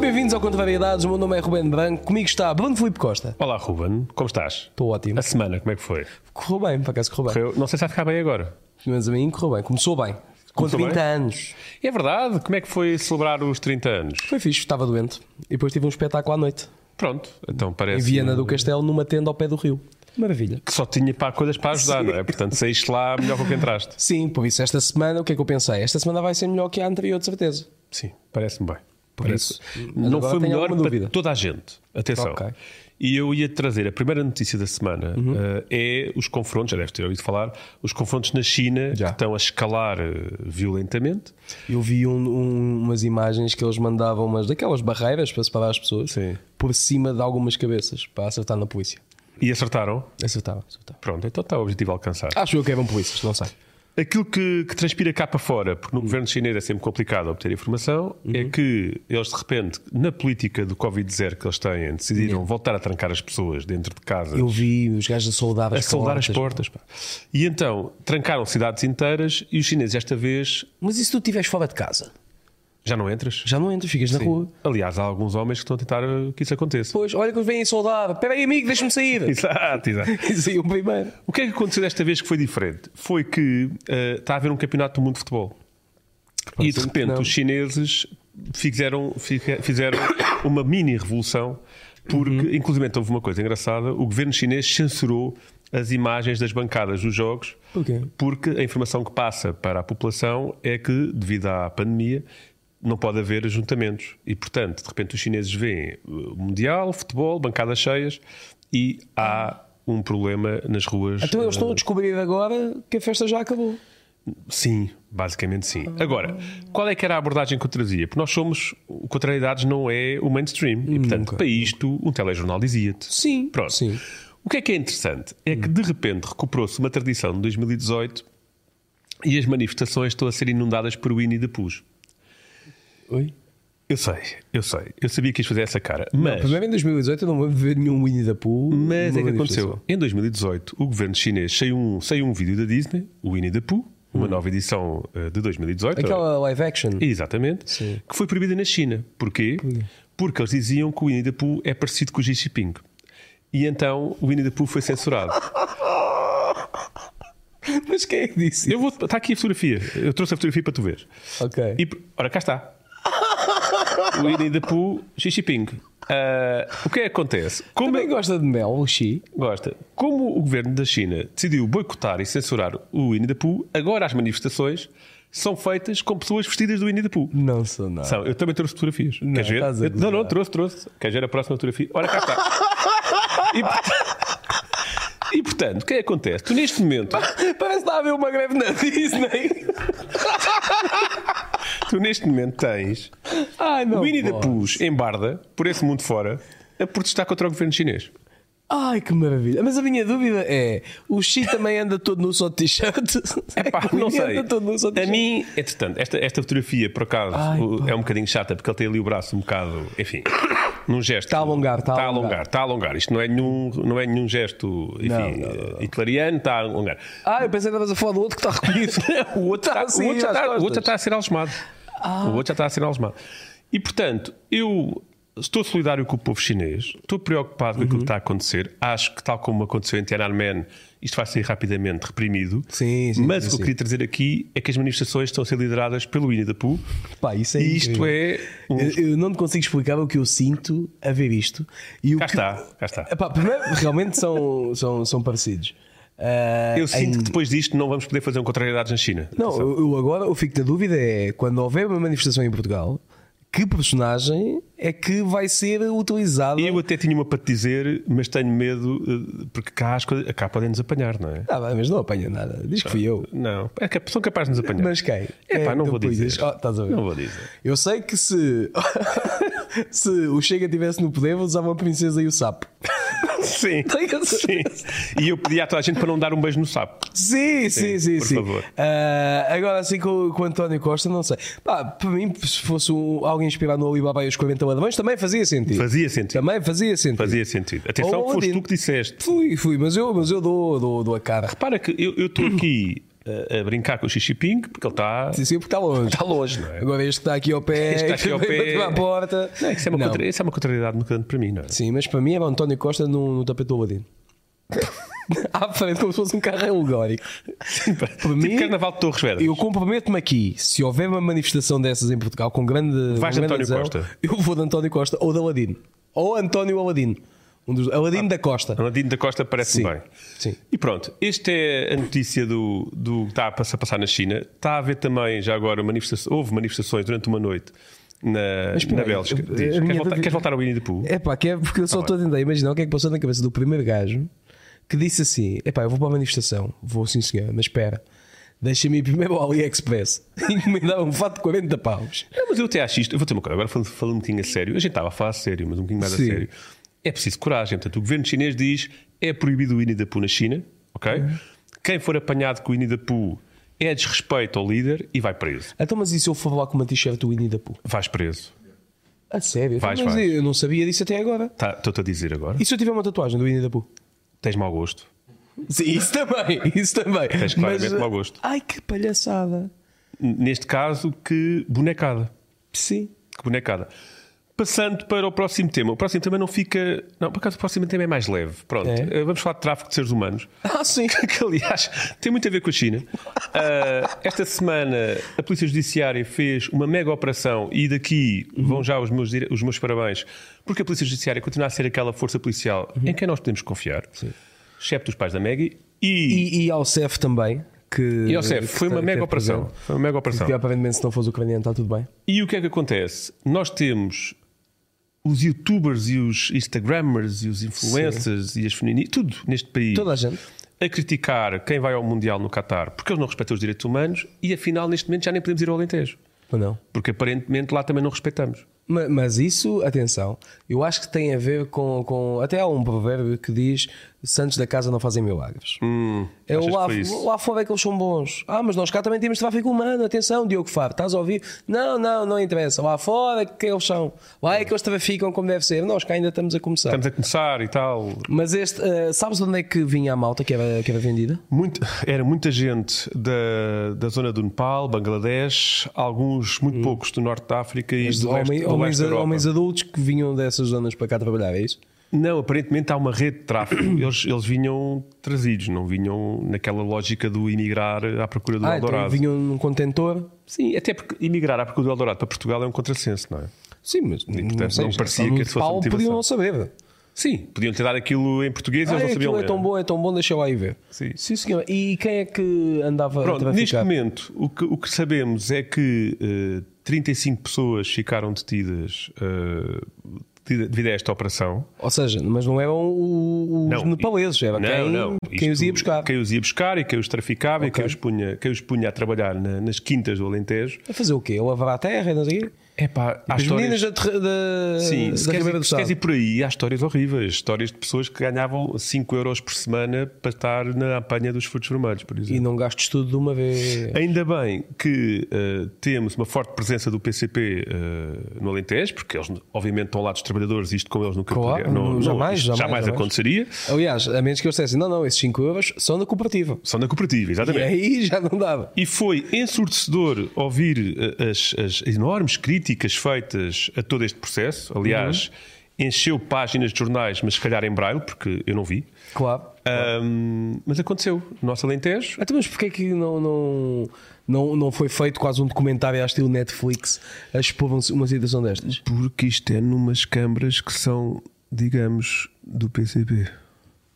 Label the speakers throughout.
Speaker 1: Bem-vindos ao Conto Variedades, o meu nome é Ruben Branco, comigo está Bruno Filipe Costa.
Speaker 2: Olá, Ruben, como estás?
Speaker 1: Estou ótimo.
Speaker 2: A semana, como é que foi?
Speaker 1: Correu bem, por acaso correu bem.
Speaker 2: Correu- Não sei se vai ficar bem agora.
Speaker 1: Pelo menos a mim correu bem, começou bem. Com
Speaker 2: Começou
Speaker 1: 30
Speaker 2: bem?
Speaker 1: anos.
Speaker 2: É verdade, como é que foi celebrar os 30 anos?
Speaker 1: Foi fixe, estava doente. E depois tive um espetáculo à noite,
Speaker 2: Pronto, então
Speaker 1: em
Speaker 2: parece
Speaker 1: Viana do Castelo, numa tenda ao pé do rio. Maravilha.
Speaker 2: que só tinha para coisas para ajudar, não é? Portanto, saíste lá melhor com o que entraste.
Speaker 1: Sim, por isso esta semana, o que é que eu pensei? Esta semana vai ser melhor que a anterior, de certeza.
Speaker 2: Sim, parece-me bem.
Speaker 1: isso,
Speaker 2: Não
Speaker 1: agora
Speaker 2: foi
Speaker 1: tenho
Speaker 2: melhor
Speaker 1: alguma dúvida.
Speaker 2: para toda a gente. Atenção.
Speaker 1: Ok. Uhum.
Speaker 2: E eu ia trazer a primeira notícia da semana eh, é os confrontos, já deves ter ouvido falar, os confrontos na China
Speaker 1: Já.
Speaker 2: que estão a escalar eh, violentamente.
Speaker 1: Eu vi um- um- umas imagens que eles mandavam, umas daquelas barreiras para separar as pessoas,
Speaker 2: Sim.
Speaker 1: por cima de algumas cabeças, para acertar na polícia.
Speaker 2: E acertaram?
Speaker 1: Acertava, acertava.
Speaker 2: Pronto, então está o objetivo alcançado.
Speaker 1: Acho eu que eram polícias, não sei.
Speaker 2: Aquilo que, que transpira cá para fora, porque
Speaker 1: Hum.
Speaker 2: no governo chinês é sempre complicado obter informação, é
Speaker 1: Uhum.
Speaker 2: que eles de repente, na política do Covid-0 que eles têm, decidiram voltar a trancar as pessoas dentro de casa.
Speaker 1: Uhum. Eu vi os gajos a soldar as
Speaker 2: A soldar as portas. pá. E então trancaram cidades inteiras e os chineses, esta vez,
Speaker 1: Mas e se tu estiveres fora de casa?
Speaker 2: já não entras.
Speaker 1: Já não entras, ficas na rua.
Speaker 2: Aliás, há alguns homens que estão a tentar eh, que isso aconteça.
Speaker 1: Pois, olha que eles vêm soldar. Espera aí, amigo, deixa-me sair.
Speaker 2: Exato, exato.
Speaker 1: E saiu primeiro.
Speaker 2: O que é que aconteceu desta vez que foi diferente? Foi que eh, está a haver um campeonato do mundo de futebol. e de
Speaker 1: que
Speaker 2: repente
Speaker 1: não.
Speaker 2: os chineses fizeram, fica- fizeram uma mini revolução, porque,
Speaker 1: Uhum.
Speaker 2: inclusive, então, houve uma coisa engraçada: o governo chinês censurou as imagens das bancadas dos jogos,
Speaker 1: Porquê?
Speaker 2: porque a informação que passa para a população é que, devido à pandemia, não pode haver ajuntamentos. E, portanto, de repente os chineses veem eh, Mundial, futebol, bancadas cheias e há um problema nas ruas.
Speaker 1: Então eles
Speaker 2: eh,
Speaker 1: estão a descobrir agora que a festa já acabou.
Speaker 2: Sim, basicamente sim. Agora, qual é que era a abordagem que eu trazia? Porque nós somos, o Contrariedades não é o mainstream. E, portanto,
Speaker 1: Nunca.
Speaker 2: para isto, um telejornal dizia-te.
Speaker 1: Sim.
Speaker 2: Pronto.
Speaker 1: Sim.
Speaker 2: O que é que é interessante é que, de repente, recuperou-se uma tradição de 2018 e as manifestações estão a ser inundadas por Winnie the Pooh.
Speaker 1: Oi?
Speaker 2: Eu sei, eu sei. Eu sabia que ias fazer essa cara. Mas,
Speaker 1: Primeiro em 2018 eu não vou ver nenhum Winnie the Pooh.
Speaker 2: mas
Speaker 1: nenhuma
Speaker 2: é que aconteceu.
Speaker 1: manifestação.
Speaker 2: Em 2018, o governo chinês saiu um, saiu um vídeo da Disney, o Winnie the Pooh, uma nova edição eh, de 2018.
Speaker 1: Hum. Aquela live action.
Speaker 2: Exatamente.
Speaker 1: Sim.
Speaker 2: Que foi proibida na China. Porquê? Porque eles diziam que o Winnie the Pooh é parecido com o Xi Jinping. E então o Winnie the Pooh foi censurado.
Speaker 1: Mas quem é que disse?
Speaker 2: Eu vou. Está aqui a fotografia. Eu trouxe a fotografia para tu ver.
Speaker 1: Ok.
Speaker 2: E, ora, cá está. O Winnie the Pooh, Xi Jinping. Ah, o que é que acontece? Como
Speaker 1: Também gosta de mel, o Xi.
Speaker 2: Gosta. Como o governo da China decidiu boicotar e censurar o Winnie the Pooh, agora as manifestações são feitas com pessoas vestidas do Winnie the Pooh.
Speaker 1: Não sou nada.
Speaker 2: São, eu também trouxe fotografias. Queres ver?
Speaker 1: estás a
Speaker 2: Eu- não, não,
Speaker 1: gozar.
Speaker 2: trouxe, trouxe. Queres ver a próxima fotografia? Olha cá está. e, portanto- e, portanto, o que é que acontece? Tu neste momento,
Speaker 1: Parece que está a haver uma greve na Disney.
Speaker 2: tu neste momento tens
Speaker 1: Ai, não.
Speaker 2: o Winnie the
Speaker 1: pode.
Speaker 2: Pooh em Barda, por esse mundo fora, a protestar contra o governo chinês.
Speaker 1: Ai, que maravilha. Mas a minha dúvida é: o Xi também anda todo no só de t-shirt?
Speaker 2: Pá,
Speaker 1: É que o
Speaker 2: não
Speaker 1: Winnie
Speaker 2: sei.
Speaker 1: Anda todo nu só de
Speaker 2: A
Speaker 1: t-shirt.
Speaker 2: mim, entretanto, esta, esta fotografia, por acaso,
Speaker 1: Ai,
Speaker 2: o-
Speaker 1: pá.
Speaker 2: é um bocadinho chata, porque ele tem ali o braço um bocado, enfim, num gesto. Está
Speaker 1: a alongar, está a
Speaker 2: está
Speaker 1: alongar.
Speaker 2: Está a alongar. Isto não é nenhum, não é nenhum gesto, enfim,
Speaker 1: não,
Speaker 2: hitleriano, está a alongar.
Speaker 1: Ah, eu pensei que estavas a falar do outro que está recolhido.
Speaker 2: o outro,
Speaker 1: Tá
Speaker 2: tá-
Speaker 1: assim,
Speaker 2: o outro já
Speaker 1: às
Speaker 2: tá- o
Speaker 1: costas.
Speaker 2: outro já está a ser algemado. O outro já está a ser algemado. E portanto, eu estou solidário com o povo chinês, estou preocupado com
Speaker 1: Uhum.
Speaker 2: aquilo que está a acontecer. Acho que, tal como aconteceu em Tiananmen, isto vai ser rapidamente reprimido.
Speaker 1: Sim, sim,
Speaker 2: Mas
Speaker 1: sim,
Speaker 2: o que eu
Speaker 1: sim.
Speaker 2: queria trazer aqui é que as manifestações estão a ser lideradas pelo Winnie the Pooh.
Speaker 1: Pá, isso é
Speaker 2: E isto
Speaker 1: incrível.
Speaker 2: é um
Speaker 1: Eu, eu não te consigo explicar o que eu sinto a ver isto. E o
Speaker 2: Cá
Speaker 1: que-
Speaker 2: está, cá está.
Speaker 1: Epá, primeiro, realmente são, são, são parecidos. Ah,
Speaker 2: Eu sinto
Speaker 1: em-
Speaker 2: que depois disto não vamos poder fazer um contrariedades na China.
Speaker 1: Não, eu, eu agora eu fico na dúvida é quando houver uma manifestação em Portugal, que personagem é que vai ser utilizado?
Speaker 2: Eu até tinha uma para te dizer, mas tenho medo, eh, porque cá, as coisas, cá podem nos apanhar, não é?
Speaker 1: Ah, bem, mas não apanha nada. Diz que fui eu.
Speaker 2: Não, é que são capazes de nos apanhar.
Speaker 1: Mas quem?
Speaker 2: É
Speaker 1: Quem
Speaker 2: pá, não
Speaker 1: tu
Speaker 2: vou
Speaker 1: punhas?
Speaker 2: dizer.
Speaker 1: Oh, estás a ver?
Speaker 2: Não vou dizer.
Speaker 1: Eu sei que se, se o Chega estivesse no poder, vou usar uma princesa e o sapo. Tá
Speaker 2: Sim.
Speaker 1: Tenho a
Speaker 2: Sim. E eu pedi à toda a gente para não dar um beijo no sapo.
Speaker 1: Sim, sim, sim.
Speaker 2: Sim,
Speaker 1: sim,
Speaker 2: por favor.
Speaker 1: Ah, agora, assim com, com o António Costa, não sei. Pá, para mim, se fosse um- alguém inspirado no Alibaba e os 40 ladrões, também fazia sentido.
Speaker 2: Fazia sentido.
Speaker 1: Também fazia sentido.
Speaker 2: Fazia sentido. Atenção,
Speaker 1: Ou
Speaker 2: que foste
Speaker 1: Odin.
Speaker 2: tu que disseste.
Speaker 1: Fui, fui, mas eu, mas eu dou, dou, dou a cara.
Speaker 2: Repara que eu eu estou aqui eh, a, a brincar com o Xi Jinping, porque ele está,
Speaker 1: Sim, sim, porque está longe.
Speaker 2: está longe, não é?
Speaker 1: Agora este que está aqui ao pé,
Speaker 2: Este está aqui ao
Speaker 1: que vem
Speaker 2: pé.
Speaker 1: bater à porta.
Speaker 2: Não, isso, é uma contra- isso é uma contrariedade muito grande para mim, não é?
Speaker 1: Sim, mas para mim era o António Costa no, no tapete do Aladino. à frente, como se fosse um carro alegórico.
Speaker 2: para tipo
Speaker 1: mim,
Speaker 2: Carnaval de Torres Vedras.
Speaker 1: Eu comprometo-me aqui, se houver uma manifestação dessas em Portugal com grande.
Speaker 2: Vais
Speaker 1: com
Speaker 2: de
Speaker 1: grande
Speaker 2: António
Speaker 1: adesão,
Speaker 2: Costa.
Speaker 1: Eu vou de António Costa ou de Aladino. Ou António Aladino. Um dos, Aladino
Speaker 2: Ah.
Speaker 1: da Costa.
Speaker 2: Aladino da Costa parece-me
Speaker 1: Sim.
Speaker 2: bem.
Speaker 1: Sim.
Speaker 2: E pronto, esta é a notícia do, do que está a passar, passar na China. Está a haver também, já agora, manifesta- houve manifestações durante uma noite na,
Speaker 1: espera
Speaker 2: na
Speaker 1: aí,
Speaker 2: Bélgica.
Speaker 1: eu-
Speaker 2: Diz,
Speaker 1: a
Speaker 2: queres,
Speaker 1: minha
Speaker 2: voltar,
Speaker 1: dúvida-
Speaker 2: queres voltar ao Winnie the Pooh?
Speaker 1: É pá, que é porque eu só
Speaker 2: Tá
Speaker 1: estou a tentar imaginar o que é que passou na cabeça do primeiro gajo que disse assim: é pá, eu vou para a manifestação, vou sim senhor, mas espera, deixa-me ir primeiro ao AliExpress e encomendar um fato de 40 paus.
Speaker 2: Não, É, mas eu até acho isto. Eu vou ter uma coisa, agora falando, falando um bocadinho a sério, a gente estava a falar a sério, mas um bocadinho mais
Speaker 1: Sim.
Speaker 2: a sério. É preciso coragem. Portanto, o governo chinês diz é proibido o Inidapu na China, ok?
Speaker 1: Uhum.
Speaker 2: Quem for apanhado com o Inidapu é desrespeito ao líder e vai preso.
Speaker 1: Então, mas e se eu for lá com uma t-shirt do Winnie the Pooh?
Speaker 2: Vais preso.
Speaker 1: A sério?
Speaker 2: Vais,
Speaker 1: mas
Speaker 2: vais.
Speaker 1: eu não sabia disso até agora.
Speaker 2: Tá, Estou-te a dizer agora.
Speaker 1: E se eu tiver uma tatuagem do Winnie the Pooh?
Speaker 2: Tens mau gosto.
Speaker 1: Sim, isso também, isso também. eh,
Speaker 2: Tens claramente mau gosto.
Speaker 1: Ai que palhaçada.
Speaker 2: N- Neste caso, que bonecada.
Speaker 1: Sim.
Speaker 2: Que bonecada. Passando para o próximo tema. O próximo tema não fica. Não, por acaso o próximo tema é mais leve. Pronto.
Speaker 1: É?
Speaker 2: Eh, Vamos falar de tráfico de seres humanos.
Speaker 1: Ah, sim.
Speaker 2: que aliás tem muito a ver com a China. Ah, esta semana a Polícia Judiciária fez uma mega operação e daqui vão já os meus, dire- os meus parabéns, porque a Polícia Judiciária continua a ser aquela força policial em quem nós podemos confiar, excepto os pais da Maggie. E,
Speaker 1: E, e ao CEF também. Que,
Speaker 2: e, ó, Sef,
Speaker 1: que
Speaker 2: foi
Speaker 1: está-
Speaker 2: uma mega
Speaker 1: teve presente.
Speaker 2: operação. Foi uma mega operação.
Speaker 1: Que aparentemente, se não fosse ucraniano, está tudo bem.
Speaker 2: E o que é que acontece? Nós temos os youtubers e os instagrammers e os influencers e as femininas, tudo neste país.
Speaker 1: Toda a gente.
Speaker 2: A criticar quem vai ao Mundial no Qatar porque eles não respeitam os direitos humanos e afinal neste momento já nem podemos ir ao Alentejo.
Speaker 1: Ou não?
Speaker 2: Porque aparentemente lá também não respeitamos.
Speaker 1: Ma- Mas, isso, atenção, eu acho que tem a ver com, com- Até há um provérbio que diz: Santos da casa não fazem milagres. é
Speaker 2: achas
Speaker 1: o
Speaker 2: que
Speaker 1: lá,
Speaker 2: foi isso?
Speaker 1: lá fora é que eles são bons. Ah, mas nós cá também temos tráfico humano. Atenção, Diogo Faro, estás a ouvir? Não, não, não interessa. Lá fora é que eles são. Lá é que eles traficam como deve ser. Nós cá ainda estamos a começar.
Speaker 2: Estamos a começar e tal.
Speaker 1: Mas este, eh, sabes onde é que vinha a malta que era, que era vendida?
Speaker 2: Muito- era muita gente da, da zona do Nepal, Bangladesh, alguns muito poucos do Norte da África e do
Speaker 1: Hum. Homem-
Speaker 2: leste, do
Speaker 1: homens,
Speaker 2: leste da Europa.
Speaker 1: homens adultos que vinham dessas zonas para cá trabalhar, é isso?
Speaker 2: Não, aparentemente há uma rede de tráfico. Eles, eles vinham trazidos, não vinham naquela lógica do emigrar à procura do
Speaker 1: ah, então
Speaker 2: Eldorado.
Speaker 1: vinham num contentor.
Speaker 2: Sim, até porque emigrar à procura do Eldorado para Portugal é um contrassenso, não é?
Speaker 1: Sim, mas
Speaker 2: portanto, não parecia que isso fosse
Speaker 1: Paulo
Speaker 2: motivação.
Speaker 1: podiam não saber.
Speaker 2: Sim, podiam ter dado aquilo em português e
Speaker 1: Ah,
Speaker 2: eles não sabiam
Speaker 1: aquilo é
Speaker 2: ler.
Speaker 1: tão bom, é tão bom, deixa eu lá ir ver.
Speaker 2: Sim.
Speaker 1: senhor. E quem é que andava a
Speaker 2: Pronto, neste
Speaker 1: traficar?
Speaker 2: momento o que, o que sabemos é que eh, 35 pessoas ficaram detidas eh, detida- devido a esta operação.
Speaker 1: Ou seja, mas não eram o- os
Speaker 2: Não,
Speaker 1: nepaleses, era
Speaker 2: Não,
Speaker 1: quem,
Speaker 2: não.
Speaker 1: quem os
Speaker 2: Isto-
Speaker 1: ia buscar.
Speaker 2: Quem os ia buscar e quem os traficava e
Speaker 1: Ok.
Speaker 2: quem os, punha, quem os punha a trabalhar na- nas quintas do Alentejo.
Speaker 1: A fazer o quê? A lavar a terra? Não sei o quê?
Speaker 2: É pá, há
Speaker 1: As
Speaker 2: histórias-
Speaker 1: meninas eh, da, ter- da,
Speaker 2: Sim, se
Speaker 1: da
Speaker 2: queres,
Speaker 1: Ribeira
Speaker 2: ir,
Speaker 1: do
Speaker 2: se queres
Speaker 1: Sado.
Speaker 2: ir por aí, há histórias horríveis. Histórias de pessoas que ganhavam 5 euros por semana para estar na apanha dos frutos vermelhos, por exemplo.
Speaker 1: E não gastes tudo de uma vez.
Speaker 2: Ainda bem que eh, temos uma forte presença do PCP eh, no Alentejo, porque eles, obviamente, estão lá dos trabalhadores, isto com eles nunca
Speaker 1: Claro,
Speaker 2: poderia- não- não-
Speaker 1: jamais,
Speaker 2: isto
Speaker 1: jamais,
Speaker 2: jamais
Speaker 1: jamais.
Speaker 2: aconteceria.
Speaker 1: Aliás, a menos que eles dissessem, não, não, esses 5 euros são da cooperativa.
Speaker 2: São da
Speaker 1: E
Speaker 2: cooperativa, exatamente.
Speaker 1: aí já não dava.
Speaker 2: E foi ensurdecedor ouvir eh, as, as enormes críticas feitas a todo este processo. Aliás, encheu páginas de jornais, mas se calhar em braille, porque eu não vi.
Speaker 1: Claro.
Speaker 2: Ahm, mas aconteceu. Nosso Alentejo.
Speaker 1: Até mas porquê é que não, não, não, não foi feito quase um documentário a estilo Netflix a expor um- uma situação destas?
Speaker 2: Porque isto é numas câmaras que são, digamos, do PCP.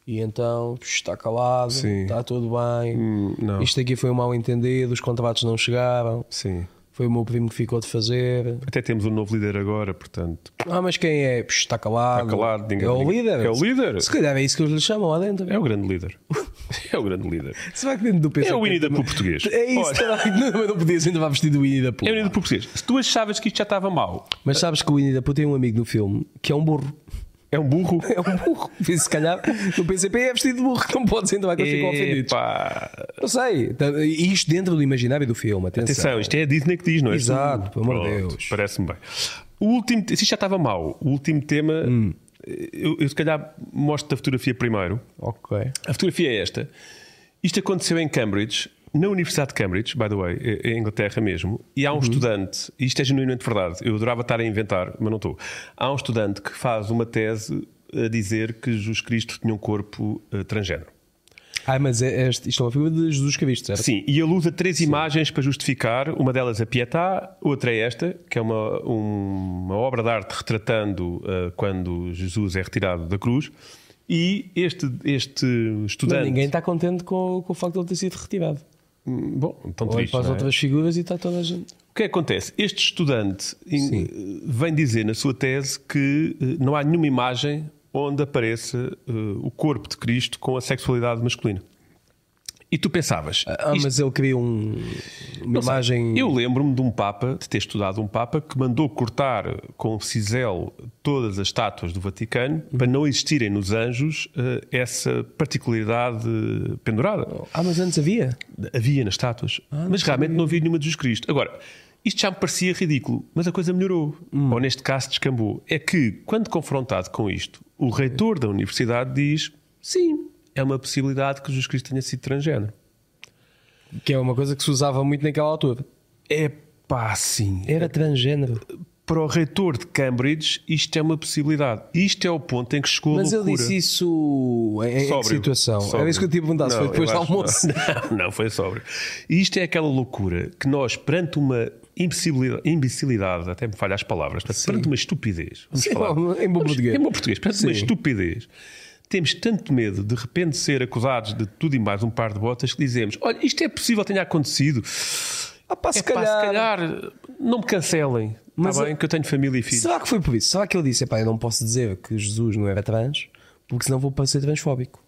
Speaker 1: E então, pux, está calado,
Speaker 2: Sim.
Speaker 1: está tudo bem.
Speaker 2: Hum, não.
Speaker 1: Isto aqui foi um mal entendido, os contratos não chegaram,
Speaker 2: Sim.
Speaker 1: foi o meu primo que ficou de fazer.
Speaker 2: Até temos um novo líder agora, portanto.
Speaker 1: Ah, mas quem é? Pux, está calado.
Speaker 2: Está calado, ninguém-
Speaker 1: é o
Speaker 2: ninguém-
Speaker 1: líder.
Speaker 2: é o líder.
Speaker 1: Se calhar é isso que eles lhe chamam lá dentro.
Speaker 2: É o grande líder. É o grande líder.
Speaker 1: Será que dentro do PCP
Speaker 2: É o Winnie the
Speaker 1: também-
Speaker 2: Pooh português.
Speaker 1: É isso,
Speaker 2: Olha.
Speaker 1: será que não, não podias ainda vá vestido do Winnie the Pooh?
Speaker 2: É o líder português. Se tu achavas que isto já estava mal,
Speaker 1: Mas sabes que o Winnie the Pooh tem um amigo no filme que é um burro.
Speaker 2: é um burro.
Speaker 1: É um burro. E Se calhar no PCP é vestido de burro, não podes entrar que eles ficam ofendidos.
Speaker 2: Epá.
Speaker 1: Não sei. E Isto dentro do imaginário do filme, atenção.
Speaker 2: Atenção, isto é a Disney que diz, não é?
Speaker 1: Exato, pelo amor de
Speaker 2: Pronto,
Speaker 1: Deus.
Speaker 2: Parece-me bem. O último, se isto já estava mal, o último tema,
Speaker 1: Hum.
Speaker 2: eu, eu se calhar mostro a fotografia primeiro.
Speaker 1: Ok.
Speaker 2: A fotografia é esta. Isto aconteceu em Cambridge. na Universidade de Cambridge, by the way, eh, em Inglaterra mesmo, e
Speaker 1: Uhum.
Speaker 2: há um estudante, e isto é genuinamente verdade, eu adorava estar a inventar, mas não estou. Há um estudante que faz uma tese a dizer que Jesus Cristo tinha um corpo eh, transgénero.
Speaker 1: Ah, mas é, é, isto é uma figura de Jesus Cristo, certo?
Speaker 2: Sim, e ele usa três imagens para justificar. Uma delas é a Pietà, outra é esta, que é uma, um- uma obra de arte retratando ah, quando Jesus é retirado da cruz. E este, este
Speaker 1: Mas
Speaker 2: estudante.
Speaker 1: Ninguém está contente com, com o facto de ele ter sido retirado.
Speaker 2: Hum, Bom, tão
Speaker 1: Olha
Speaker 2: triste.
Speaker 1: para as
Speaker 2: não é?
Speaker 1: outras figuras e está toda a gente.
Speaker 2: O que é que acontece? Este estudante em- vem dizer na sua tese que eh, não há nenhuma imagem onde apareça eh, o corpo de Cristo com a sexualidade masculina. E tu pensavas,
Speaker 1: Ah,
Speaker 2: isto-
Speaker 1: mas ele queria um, uma
Speaker 2: Não sei.
Speaker 1: imagem.
Speaker 2: Eu lembro-me de um Papa, de ter estudado um Papa, que mandou cortar com cisel todas as estátuas do Vaticano para não existirem nos anjos eh, essa particularidade eh, pendurada.
Speaker 1: Ah, mas antes havia?
Speaker 2: Havia nas estátuas, mas realmente Ah, não havia nenhuma de Jesus Cristo. Agora, isto já me parecia ridículo, mas a coisa melhorou, ou neste caso descambou. É que, quando confrontado com isto, o reitor da universidade diz: sim, é uma possibilidade que Jesus Cristo tenha sido transgénero.
Speaker 1: Que é uma coisa que se usava muito naquela altura.
Speaker 2: É pá, sim.
Speaker 1: Era transgênero.
Speaker 2: Para o reitor de Cambridge, isto é uma possibilidade. Isto é o ponto em que chegou a
Speaker 1: Mas
Speaker 2: loucura.
Speaker 1: ele disse isso em- em, que é
Speaker 2: Sóbrio.
Speaker 1: situação?
Speaker 2: Sóbrio.
Speaker 1: Era isso que eu tive a perguntar, se
Speaker 2: Não,
Speaker 1: foi depois
Speaker 2: eu
Speaker 1: do
Speaker 2: acho que
Speaker 1: almoço.
Speaker 2: Não, não, foi sóbrio. E isto é aquela loucura que nós, perante uma imbecilidade, imbecilidade até me falham as palavras, portanto, perante uma estupidez, vamos
Speaker 1: Sim,
Speaker 2: falar.
Speaker 1: em bom
Speaker 2: Vamos-
Speaker 1: português.
Speaker 2: Em bom português, perante uma
Speaker 1: Sim.
Speaker 2: estupidez. Temos tanto medo de repente ser acusados de tudo e mais um par de botas que dizemos: olha, isto é possível, tenha acontecido.
Speaker 1: Ah, pá, se,
Speaker 2: É pá,
Speaker 1: calhar...
Speaker 2: se calhar, não me cancelem.
Speaker 1: Mas
Speaker 2: Está bem, que eu tenho família e filhos.
Speaker 1: Será que foi por isso? Será que ele disse, "Epá, eu não posso dizer que Jesus não era trans, porque senão vou parecer transfóbico?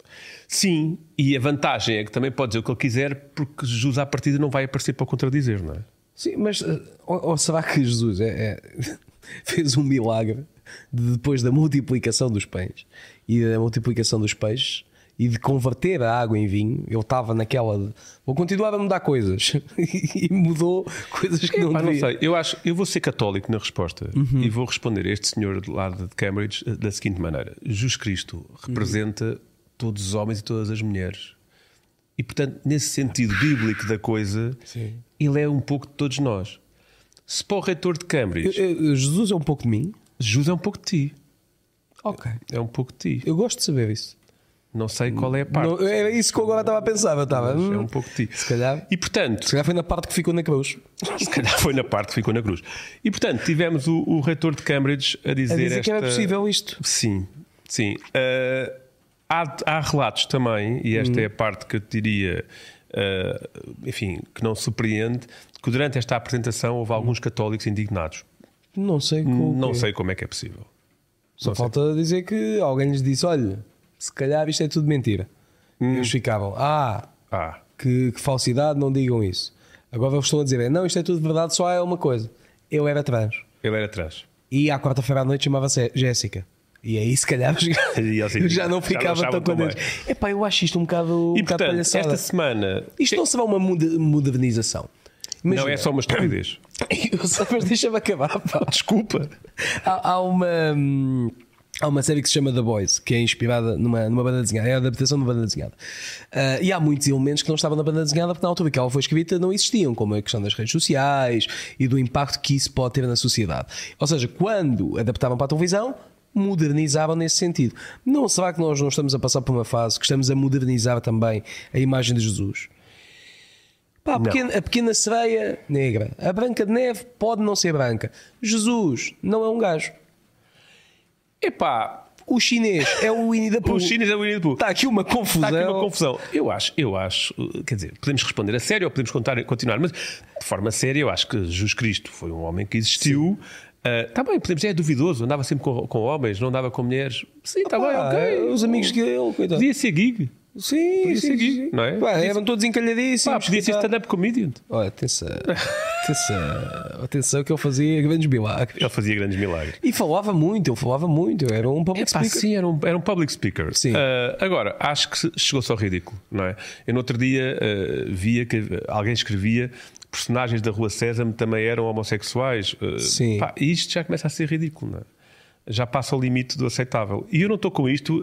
Speaker 2: Sim, e a vantagem é que também pode dizer o que ele quiser, porque Jesus, à partida, não vai aparecer para o contradizer, não é?
Speaker 1: Sim, mas... eh, Ou, ou será que Jesus é- é- fez um milagre de depois da multiplicação dos pães e da multiplicação dos peixes e de converter a água em vinho? Ele estava naquela de... Vou continuar a mudar coisas. e mudou coisas que não
Speaker 2: Pá, não
Speaker 1: devia. Uhum.
Speaker 2: sei, eu acho, eu vou ser católico na resposta e vou responder a este senhor de lá de Cambridge eh, da seguinte maneira: Jesus Cristo
Speaker 1: Uhum.
Speaker 2: representa todos os homens e todas as mulheres. E portanto, nesse sentido bíblico da coisa,
Speaker 1: Sim.
Speaker 2: ele é um pouco de todos nós. Se para o reitor de
Speaker 1: Eu-
Speaker 2: Cambridge,
Speaker 1: eu- Jesus é um pouco de mim.
Speaker 2: Jesus é um pouco de ti.
Speaker 1: Ok.
Speaker 2: É um pouco de ti.
Speaker 1: Eu gosto de saber isso.
Speaker 2: Não sei qual é a parte.
Speaker 1: Não, era isso que eu agora estava a pensar. Eu estava.
Speaker 2: mas
Speaker 1: hum,
Speaker 2: é um pouco de ti.
Speaker 1: Se calhar.
Speaker 2: E portanto,
Speaker 1: Se calhar foi na parte que ficou na cruz.
Speaker 2: Se calhar foi na parte que ficou na cruz. E portanto, tivemos o, o reitor de Cambridge a dizer,
Speaker 1: A dizer que
Speaker 2: esta...
Speaker 1: era possível isto.
Speaker 2: Sim, sim. Ah, há, há relatos também, e esta é a parte que eu te diria, ah, enfim, que não surpreende, que durante esta apresentação houve alguns católicos indignados.
Speaker 1: Não sei como.
Speaker 2: Não sei como é que é possível.
Speaker 1: Só falta dizer que alguém lhes disse: olha, se calhar isto é tudo mentira.
Speaker 2: Hum.
Speaker 1: E eles ficavam: ah,
Speaker 2: Ah,
Speaker 1: que, que falsidade, não digam isso. Agora eles estão a dizer: é, não, isto é tudo verdade, só há uma coisa. Eu era trans.
Speaker 2: ele era trans.
Speaker 1: E à quarta-feira à noite chamava-se Jéssica. E aí, se calhar,
Speaker 2: E eles-
Speaker 1: eu já não
Speaker 2: já não
Speaker 1: ficava
Speaker 2: achavam
Speaker 1: tão
Speaker 2: tão bem.
Speaker 1: contente. Epá, eu acho isto um bocado, um
Speaker 2: E
Speaker 1: bocado
Speaker 2: portanto,
Speaker 1: palhaçada.
Speaker 2: esta semana.
Speaker 1: Isto não será uma moder- modernização.
Speaker 2: Não é só uma estupidez.
Speaker 1: Eu só- mas deixa-me acabar, pá.
Speaker 2: Desculpa.
Speaker 1: Há, há uma. hum, Há uma série que se chama The Boys, que é inspirada numa, numa banda desenhada, é a adaptação de uma banda desenhada. Ah, e há muitos elementos que não estavam na banda desenhada porque na altura que ela foi escrita não existiam, como a questão das redes sociais e do impacto que isso pode ter na sociedade. Ou seja, quando adaptavam para a televisão, modernizavam nesse sentido. Não será que nós não estamos a passar por uma fase que estamos a modernizar também a imagem de Jesus? Pá, a, pequena, a pequena sereia negra. A branca de neve pode não ser branca. Jesus não é um gajo.
Speaker 2: Epá,
Speaker 1: O chinês é o Winnie the Pooh.
Speaker 2: Ah, os chineses é o Winnie the Pooh.
Speaker 1: Está aqui uma confusão.
Speaker 2: Está aqui uma confusão. Eu acho, eu acho, quer dizer, podemos responder a sério ou podemos contar, continuar, mas de forma séria, eu acho que Jesus Cristo foi um homem que existiu. Ah, Está bem, podemos dizer, é duvidoso, andava sempre com, com homens, não andava com mulheres. Sim, está bem,
Speaker 1: Pá,
Speaker 2: ok.
Speaker 1: Tá Os amigos que ele, coitado.
Speaker 2: Ah, Podia ser gig.
Speaker 1: Sim,
Speaker 2: ser
Speaker 1: sim,
Speaker 2: gay,
Speaker 1: sim.
Speaker 2: não é?
Speaker 1: Pá,
Speaker 2: Podia
Speaker 1: eram todos
Speaker 2: Pá,
Speaker 1: encalhadíssimos.
Speaker 2: podia ser
Speaker 1: coitado.
Speaker 2: stand-up comedian.
Speaker 1: Olha, atenção. atenção. Atenção que ele fazia grandes milagres.
Speaker 2: Ele fazia grandes milagres.
Speaker 1: E falava muito, ele falava muito. Era um public
Speaker 2: Epá,
Speaker 1: speaker.
Speaker 2: sim, era um, era um public speaker.
Speaker 1: Sim.
Speaker 2: Ah, agora, acho que chegou-se ao ridículo, não é? Eu no outro dia ah, via que alguém escrevia que personagens da Rua Sésamo também eram homossexuais. Ah,
Speaker 1: Sim.
Speaker 2: pá, e isto já começa a ser ridículo, não é? Já passa o limite do aceitável. E eu não estou com isto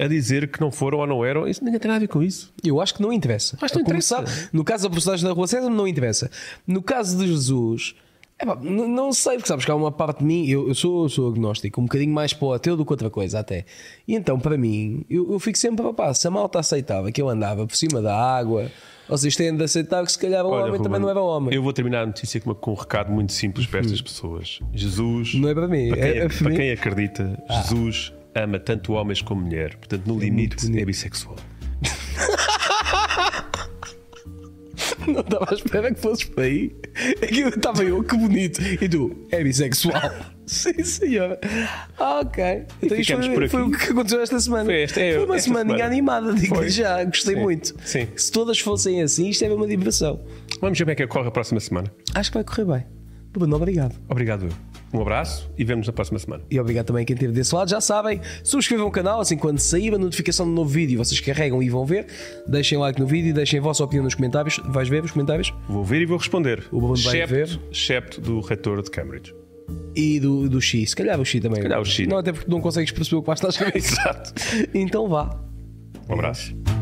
Speaker 2: a, a dizer que não foram ou não eram. Isso ninguém tem nada a ver com isso.
Speaker 1: Eu acho que não interessa.
Speaker 2: Acho que não
Speaker 1: A começar- no caso da personagem da Rua César, não interessa. No caso de Jesus, epá, n- não sei, porque sabes que há uma parte de mim, eu, eu sou, eu sou agnóstico, um bocadinho mais para o ateu do que outra coisa, até. E então, para mim, eu, eu fico sempre, pá, se a malta aceitava que eu andava por cima da água, vocês têm de aceitar que se calhar o homem também
Speaker 2: Ruben,
Speaker 1: não era homem.
Speaker 2: Eu vou terminar a notícia com, uma- com um recado muito simples para estas pessoas. Jesus.
Speaker 1: Não é para mim,
Speaker 2: Para quem,
Speaker 1: é- Ah. é para
Speaker 2: para
Speaker 1: mim.
Speaker 2: quem acredita, Jesus ama tanto homens como mulher. Portanto, no limite, é bissexual.
Speaker 1: Não estava à espera que fosses para aí. Aqui estava eu, que bonito. E tu, é bissexual. Sim, senhora. Ah, ok. Então isto
Speaker 2: ficamos
Speaker 1: foi,
Speaker 2: por
Speaker 1: foi
Speaker 2: aqui.
Speaker 1: o que aconteceu esta semana.
Speaker 2: Foi esta- é,
Speaker 1: Foi uma
Speaker 2: esta
Speaker 1: semaninha
Speaker 2: semana.
Speaker 1: animada, digo
Speaker 2: Foi.
Speaker 1: já. Gostei
Speaker 2: Sim,
Speaker 1: muito.
Speaker 2: sim.
Speaker 1: Se todas fossem assim, isto era uma diversão.
Speaker 2: Vamos ver como é que ocorre a próxima semana.
Speaker 1: Acho que vai correr bem. Bruno, obrigado.
Speaker 2: Obrigado, eu. Um abraço e vemos na próxima semana.
Speaker 1: E obrigado também a quem esteve desse lado. Já sabem, subscrevam o canal, assim quando sair a notificação do novo vídeo, vocês carregam e vão ver. Deixem like no vídeo e deixem a vossa opinião nos comentários. Vais ver os comentários?
Speaker 2: Vou ver e vou responder.
Speaker 1: O Bruno vai
Speaker 2: excepto,
Speaker 1: ver.
Speaker 2: excepto do reitor de Cambridge. Um
Speaker 1: E do, do X. Se calhar o X também.
Speaker 2: calhar o Xi.
Speaker 1: Não, até porque não consegues perceber o que vais estar a escrever.
Speaker 2: Exato.
Speaker 1: Então vá.
Speaker 2: Um abraço.